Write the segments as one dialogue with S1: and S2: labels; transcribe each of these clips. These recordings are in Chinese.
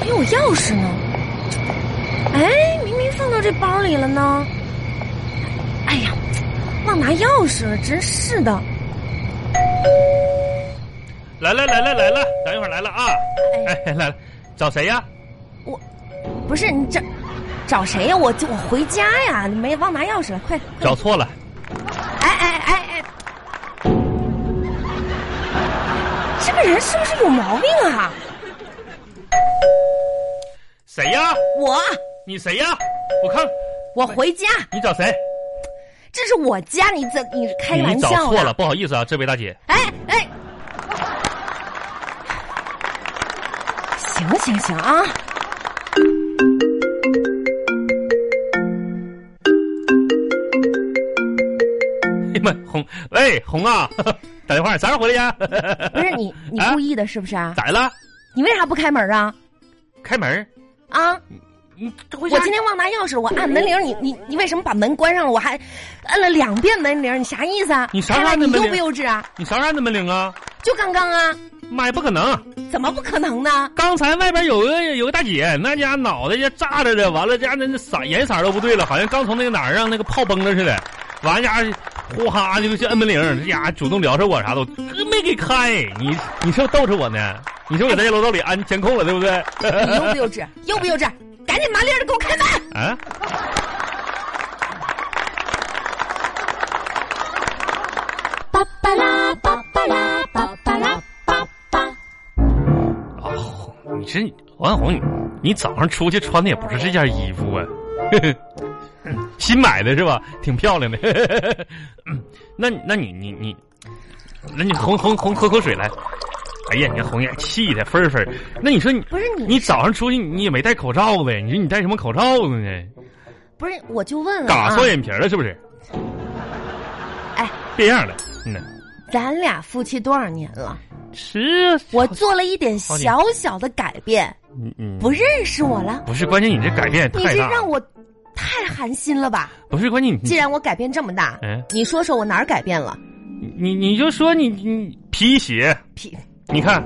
S1: 没有钥匙呢？哎，明明放到这包里了呢。哎呀，忘拿钥匙了，真是的。
S2: 来了来了来了，等一会儿来了啊！
S1: 哎，
S2: 哎，来了，找谁呀？
S1: 不是你这找谁呀？我就我回家呀，你没忘拿钥匙了，快！快
S2: 找错了，
S1: 哎哎哎哎，这个人是不是有毛病啊？
S2: 谁呀？
S1: 我
S2: 你谁呀？我看
S1: 我回家，
S2: 你找谁？
S1: 这是我家，你怎你开
S2: 你
S1: 玩
S2: 找
S1: 笑
S2: 错
S1: 呢
S2: 了，？不好意思啊，这位大姐。
S1: 哎哎，行行行啊！
S2: 哎呀妈，红，喂，红啊， 打电话啥时候回来呀？
S1: 不是你，你
S2: 啊
S1: 故意的，是不是啊？
S2: 咋了？
S1: 你为啥不开门啊？
S2: 开门，
S1: 啊！
S2: 你嗯这回
S1: 我今天忘拿钥匙，我按门铃，你你你为什么把门关上了？我还按了两遍门铃，你啥意思啊？
S2: 你啥
S1: 看
S2: 时候
S1: 来
S2: 按的
S1: 你
S2: 门
S1: 幼
S2: 铃
S1: 不幼稚啊？
S2: 你啥时候按的门铃啊？
S1: 就刚刚啊，
S2: 妈呀，不可能！
S1: 怎么不可能呢？
S2: 刚才外边有个有个大姐，那家脑袋就炸着的，完了家那那色颜色都不对了，好像刚从那个哪儿让那个炮崩了似的。完家呼哈就去摁门铃，这家主动聊着我啥的，我没给开。你你是不是逗着我呢？你是不是给在楼道里安监控了，对不对？
S1: 你幼不幼稚？幼不幼稚？赶紧拿铃儿给我开门！
S2: 啊？
S3: 巴巴拉巴巴拉巴巴拉巴巴。
S2: 哦，你这王小红，你你早上出去穿的也不是这件衣服啊，新买的是吧？挺漂亮的。 嗯那你那你你你，那你红红红喝口水来。哎呀，你看红呀，气的分儿分儿。那你说你
S1: 不是你
S2: 你早上出去你也没戴口罩呗？你说你戴什么口罩子呢？
S1: 嗯啊不是，我就问了、
S2: 嘎
S1: 啊
S2: 双，眼皮儿了是不是？
S1: 哎，
S2: 变样了。嗯呐，
S1: 咱俩夫妻多少年了？
S2: 是
S1: 啊我做了一点
S2: 好
S1: 小小的改变，
S2: 嗯嗯，
S1: 不认识我了，
S2: 不是，关键你这改变也
S1: 你
S2: 太
S1: 这
S2: 大
S1: 让
S2: 了。嗯
S1: 我太寒心了吧？
S2: 不是，关键你
S1: 既然我改变这么大，
S2: 嗯。
S1: 你说说我哪儿改变了？
S2: 你你就说你你皮鞋，
S1: 屁，
S2: 你看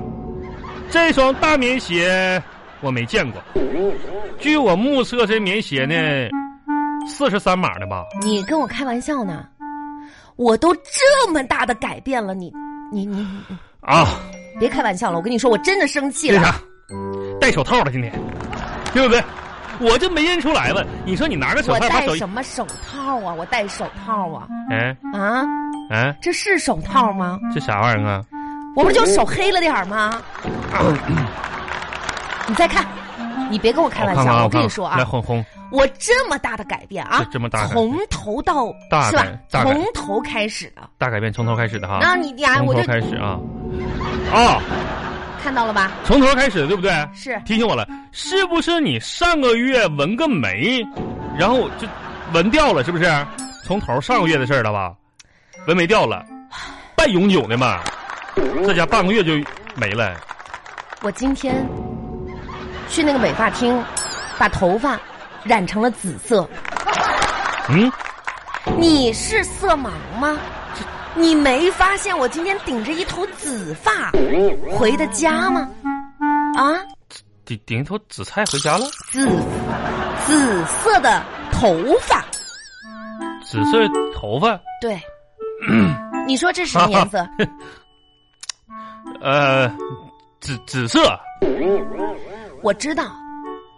S2: 这双大棉鞋我没见过。据我目测，这棉鞋呢，四十三码的吧？
S1: 你跟我开玩笑呢？我都这么大的改变了，你你你你
S2: 啊，
S1: 别开玩笑了！我跟你说，我真的生气
S2: 那
S1: 了。
S2: 啥，戴手套了今天，对不对？我就没认出来了。你说你拿个手
S1: 我
S2: 套把
S1: 戴
S2: 手，
S1: 什么手套啊？我戴手套啊？
S2: 哎
S1: 啊，
S2: 哎，
S1: 这是手套吗？
S2: 这啥玩意儿啊？
S1: 我不就手黑了点儿吗？
S2: 嗯
S1: 你再看，你别跟我开玩
S2: 我看看
S1: 笑，我
S2: 看
S1: 跟你
S2: 看
S1: 说
S2: 来
S1: 啊，
S2: 红红，
S1: 我这么大的改变啊
S2: 这，这么大改
S1: 从头到
S2: 大
S1: 是
S2: 改
S1: 吧？
S2: 大改
S1: 从头开始的。
S2: 大改变从头开始的哈，
S1: 那你呀，
S2: 从
S1: 我
S2: 头
S1: 就
S2: 开始啊，啊，
S1: 看到了吧？
S2: 从头开始的对不对？
S1: 是
S2: 提醒我了，是不是你上个月纹个眉，然后就纹掉了，是不是？从头上个月的事儿了吧？纹没掉了，半永久的嘛，这家半个月就没了。
S1: 我今天去那个美发厅，把头发染成了紫色。
S2: 嗯，
S1: 你是色盲吗？你没发现我今天顶着一头紫发回的家吗？啊，
S2: 顶顶一头紫菜回家了，
S1: 紫紫色的头发，
S2: 紫色头发，
S1: 对，你说这是什么颜色？
S2: 呃，紫紫色，
S1: 我知道，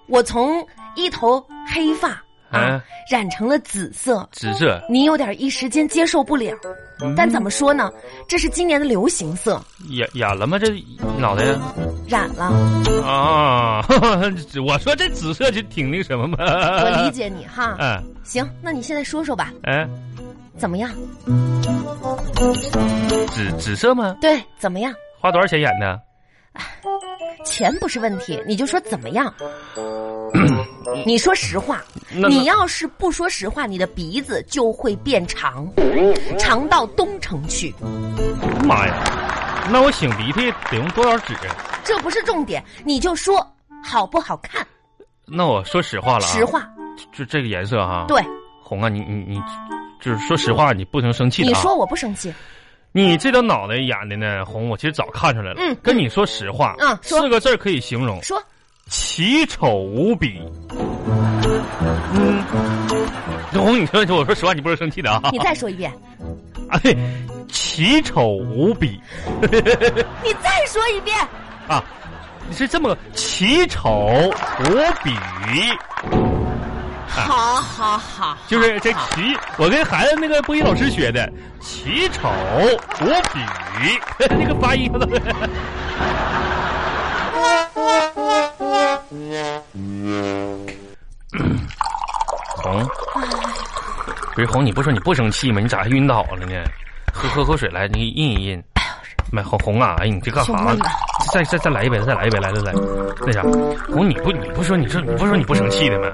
S1: 我从一头黑发啊
S2: 啊
S1: 染成了紫色，
S2: 紫色，
S1: 你有点一时间接受不了，
S2: 嗯
S1: 但怎么说呢？这是今年的流行色，
S2: 染染了吗？这脑袋
S1: 染
S2: 嗯
S1: 了，
S2: 啊， 呵呵我说这紫色就挺那什么嘛。
S1: 我
S2: 我
S1: 理。解你哈。
S2: 嗯，
S1: 行，那你现在说说吧，
S2: 哎，
S1: 怎么样？
S2: 紫紫色吗？
S1: 对，怎么样？
S2: 花多少钱演的？
S1: 钱不是问题，你就说怎么 样？你说实话，
S2: 那
S1: 你要是不说实话，你的鼻子就会变长，
S2: 嗯
S1: 长到东城去。
S2: 妈呀，那我擤鼻涕得用多少纸？
S1: 这不是重点，你就说好不好看？
S2: 那我说实话了、啊，
S1: 实，话，
S2: 就这个颜色哈、
S1: 对，
S2: 红啊，你你你，就是说实话，你不能生气的、
S1: 你
S2: 啊。
S1: 说我不生气，
S2: 你这个脑袋演的呢，红，我其实早看出来了。
S1: 嗯
S2: 跟你说实话，
S1: 嗯说
S2: 四个字儿可以形容，
S1: 说
S2: 奇丑无比。嗯，红，你听我说实话，你不是生气的啊？
S1: 你再说一遍，
S2: 啊，对，奇丑无比
S1: 你再说一遍，
S2: 啊！你是这么个奇丑无比，
S1: 好好好，
S2: 就是这
S1: 好
S2: 奇，我跟孩子那个播音老师学的，奇丑无比，那个发音。 红，不是红，你不说你不生气吗？你咋还晕倒了呢？喝喝口水来，你印一印。买红红啊！哎，你这干
S1: 挺
S2: 啥
S1: 闷的？
S2: 再再再来一杯，再来一杯，来来来，那啥，红，你不你不说你这你不说你不生气的吗？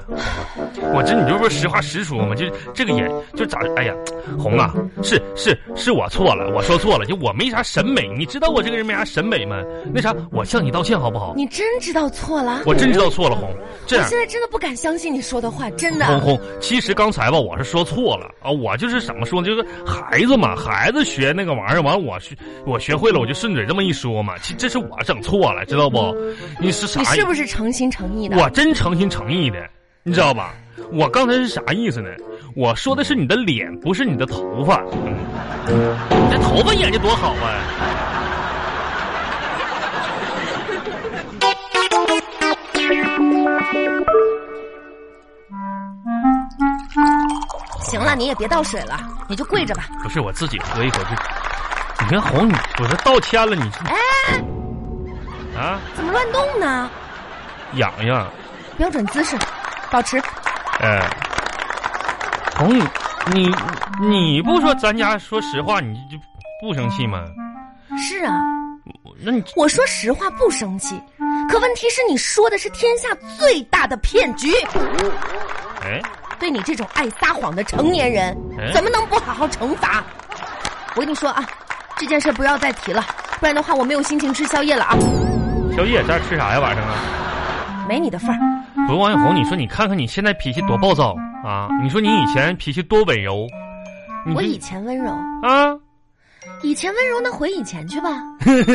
S2: 我这你就说实话实说嘛，就这个人就咋？哎呀，红啊，是是是我错了，我说错了，就我没啥审美，你知道我这个人没啥审美吗？那啥，我向你道歉好不好？
S1: 你真知道错了？
S2: 我真知道错了，红，这
S1: 我
S2: 样
S1: 现。在真的不敢相信你说的话，真的。
S2: 红红，其实刚才吧，我是说错了啊，我就是怎么说呢，就是孩子嘛，孩子学那个玩意儿，完了我学我学会了，我就顺嘴这么一说嘛，其这是我整错了，知道不？你是啥
S1: 你
S2: 意思？
S1: 是不是诚心诚意的？
S2: 我真诚心诚意的，你知道吧？我刚才是啥意思呢？我说的是你的脸，不是你的头发。嗯你这头发眼睛多好啊！
S1: 行了，你也别倒水了，你就跪着吧。
S2: 不是我自己喝一口这，你看红，你我说道歉了，你
S1: 哎，
S2: 啊
S1: 怎么乱动呢？
S2: 痒痒，
S1: 标准姿势，保持。
S2: 哎，红，你你不说咱家说实话，你就不生气吗？
S1: 是啊，
S2: 那你
S1: 我说实话不生气，可问题是你说的是天下最大的骗局。
S2: 哎，
S1: 对你这种爱撒谎的成年人
S2: 哎，
S1: 怎么能不好好惩罚？我跟你说啊，这件事不要再提了，不然的话我没有心情吃宵夜了啊，
S2: 宵夜咱俩吃啥呀？晚上啊？
S1: 没你的份儿。
S2: 不是王小红，你说你看看你现在脾气多暴躁啊！你说你以前脾气多温柔，你
S1: 我
S2: 这
S1: 以前温柔，
S2: 啊，
S1: 以前温柔，那回以前去吧。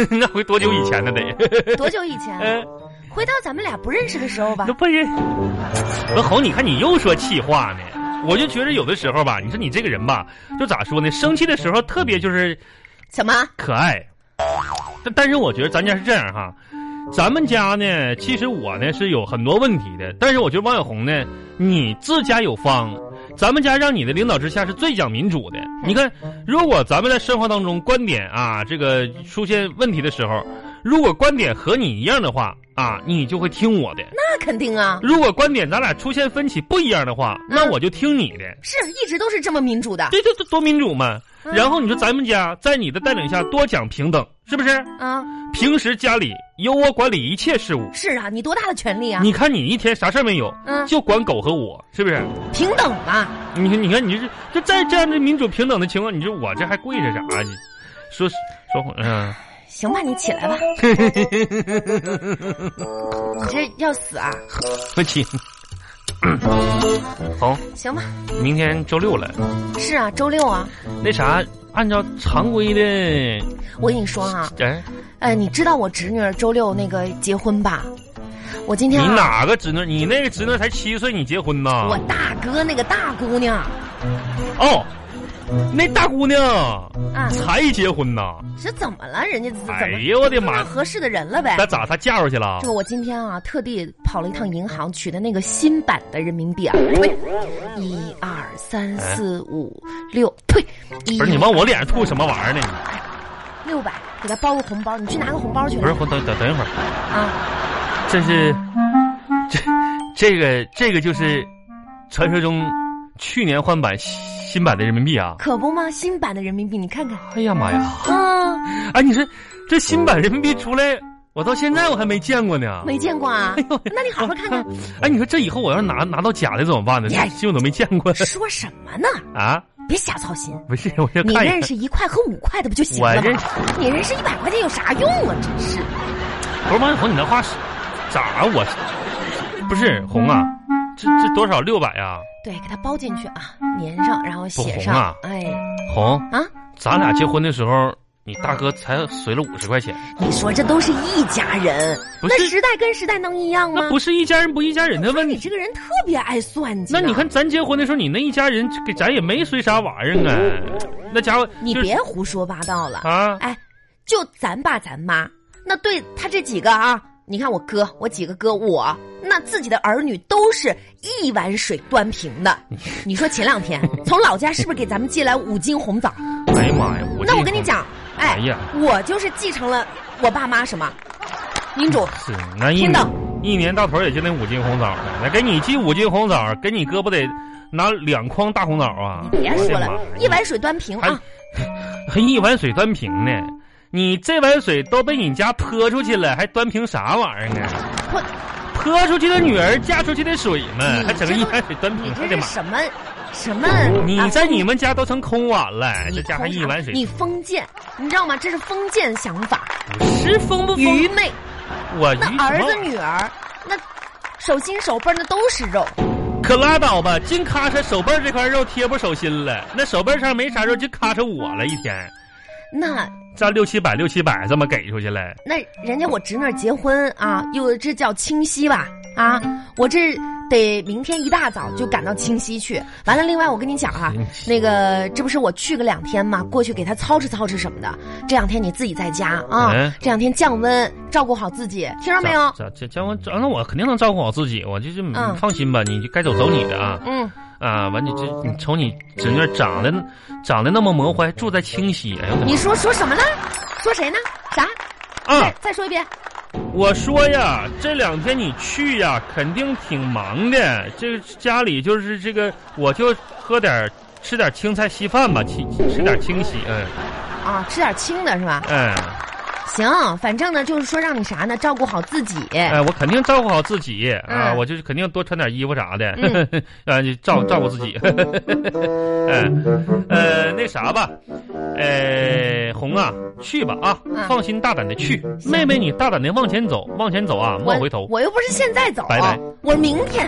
S2: 那回多久以前 呢？得，
S1: 多久以前？
S2: 嗯，
S1: 回到咱们俩不认识的时 候吧
S2: 那。不是，我红，你看你又说气话呢。我就觉得有的时候吧，你说你这个人吧，就咋说呢？生气的时候特别就是
S1: 怎么？
S2: 可爱，但但是我觉得咱家是这样哈，咱们家呢，其实我呢是有很多问题的，但是我觉得王小红呢，你自家有方，咱们家让你的领导之下是最讲民主的。你看，如果咱们在生活当中观点啊这个出现问题的时候，如果观点和你一样的话啊，你就会听我的；
S1: 那肯定啊，
S2: 如果观点咱俩出现分歧不一样的话，那我就听你的。
S1: 是一直都是这么民主的。
S2: 这这这多民主嘛！
S1: 嗯
S2: 然后你说咱们家在你的带领下多讲平等，是不是？
S1: 啊，
S2: 平时家里由我管理一切事务。
S1: 是啊，你多大的权利啊？
S2: 你看你一天啥事儿没有，
S1: 嗯
S2: 就管狗和我，是不是？
S1: 平等嘛，
S2: 你看，你看，你这就在这样的民主平等的情况，你说我这还跪着啥？你说说谎，嗯，
S1: 行吧，你起 来吧。你这要死啊？
S2: 不 起。红，
S1: 行吧，
S2: 明天周六了，
S1: 是啊，周六啊。
S2: 那啥，按照常规的，
S1: 我跟你说啊，
S2: 哎，
S1: 呃，你知道我侄女儿周六那个结婚吧？我今
S2: 你
S1: 天、啊、
S2: 哪啊个侄女？你那个侄女才七岁，你结婚呐？
S1: 我大哥那个大姑娘
S2: 哦，那大姑娘
S1: 啊，
S2: 才结婚呐！
S1: 是怎么了？人家怎么？
S2: 哎呦我的妈
S1: 碰到合适的人了呗
S2: 那。咋她嫁出去了
S1: 这？个哎我今天啊，特地跑了一趟银行取的那个新版的人民币啊，呸，一二三四五六，呸，一
S2: 哎不是你往我脸上吐什么玩意儿呢？你
S1: 六百，给他包个红包，你去拿个红包去
S2: 不是，等等等一会儿。
S1: 啊！
S2: 这是这这个这个就是传说中去年换版新新版的人民币啊！
S1: 可不嘛，新版的人民币，你看看
S2: 哎呀妈呀！
S1: 啊，
S2: 哎，你说这新版人民币出来，我到现在我还没见过呢。
S1: 没见过啊
S2: 哎呦，
S1: 那你好好看看，
S2: 哎，你说这以后我要拿拿到假的怎么办呢？这
S1: 呀
S2: 这我都没见过
S1: 说什么呢？
S2: 啊！
S1: 别瞎操心。
S2: 不是，我要
S1: 你
S2: 看一
S1: 认
S2: 看。
S1: 识一块和五块的不就行
S2: 我
S1: 了
S2: 认
S1: 吗
S2: 识？
S1: 你认识一百块钱有啥用啊？真是，
S2: 不是王小红，你那话是咋？我不是红啊，这这多少六百啊？
S1: 对，给它包进去啊，粘上，然后写
S2: 不红
S1: 上，
S2: 啊
S1: 哎
S2: 红，
S1: 啊，
S2: 咱俩结婚的时候，你大哥才随了五十块钱，
S1: 你说这都是一家人，
S2: 不
S1: 那
S2: 是
S1: 时代跟时代能一样吗
S2: 那？不是一家人不一家人的
S1: 那
S2: 问
S1: 你
S2: 题。
S1: 这个人特别爱算计。啊
S2: 那你看，咱结婚的时候，你那一家人给咱也没随啥玩意儿啊，那家伙
S1: 嗯你
S2: 就是
S1: 别胡说八道了。
S2: 啊，
S1: 哎，就咱爸咱妈，那对他这几个啊，你看我哥，我几个哥，我那自己的儿女都是一碗水端平的。你说前两天从老家是不是给咱们寄来五斤红枣？
S2: 哎呀妈呀！我
S1: 那
S2: 这
S1: 我跟你，讲，哎
S2: 哎呀，
S1: 我就是继承了我爸妈什么民主。
S2: 是那一
S1: 听到
S2: 一年到头也就那五斤红枣呢，那给你寄五斤红枣，给你哥不得拿两筐大红枣啊？
S1: 你别说了
S2: 我的妈呀，
S1: 一碗水端平啊！
S2: 还一碗水端平呢，你这碗水都被你家泼出去了，还端平啥玩意儿呢？
S1: 我
S2: 泼出去的女儿嫁出去的水嘛，
S1: 你
S2: 还整
S1: 这
S2: 个一
S1: 都
S2: 碗水端平，
S1: 你
S2: 我
S1: 这
S2: 的
S1: 是
S2: 妈！
S1: 什么什么？
S2: 哎你
S1: 啊
S2: 在你们家都成空碗了，
S1: 你
S2: 这家还
S1: 疯
S2: 一碗水，
S1: 你封建，你知道吗？这是封建想法，
S2: 不是疯不
S1: 愚
S2: 疯？
S1: 昧。
S2: 我
S1: 那
S2: 鱼
S1: 儿子
S2: 什么
S1: 女儿，那手心手背儿那都是肉，
S2: 可拉倒吧，净咔嚓手背儿这块肉贴不手心了，那手背儿上没啥肉，就咔嚓我了一天，
S1: 那
S2: 占六七百六七百这么给出去了，
S1: 那人家我侄女儿结婚啊，又这叫清晰吧？啊，我这得明天一大早就赶到清溪去。完了，另外我跟你讲啊
S2: 清，溪
S1: 那个这不是我去个两天嘛，过去给她操持操持什么的。这两天你自己在家啊，
S2: 嗯
S1: 这两天降温，照顾好自己，听着没有？
S2: 这这这我这那我肯定能照顾好自己，我就是、你
S1: 嗯
S2: 放心吧，你就该走走你的啊。
S1: 嗯，
S2: 啊，完你这你瞅你侄女长得长得那么模糊，还住在清溪，哎呦我的
S1: 你说说什么呢？说谁呢？啥？
S2: 妈
S1: 再
S2: 啊！
S1: 再说一遍。
S2: 我说呀，这两天你去呀，肯定挺忙的。这个家里就是这个，我就喝点儿吃点儿青菜稀饭吧，吃吃点儿清稀，嗯
S1: 啊，吃点轻的是吧？
S2: 嗯，
S1: 行，反正呢，就是说让你啥呢，照顾好自己。
S2: 哎，我肯定照顾好自己啊，
S1: 嗯
S2: 我就是肯定多穿点衣服啥的， 啊，就照照顾自己。 嗯呃，那啥吧，呃，红啊，去吧啊，
S1: 嗯
S2: 放心大胆的去，妹妹你大胆的往前走，往前走啊，莫回头。
S1: 我又不是现在走，
S2: 拜拜
S1: 我明天。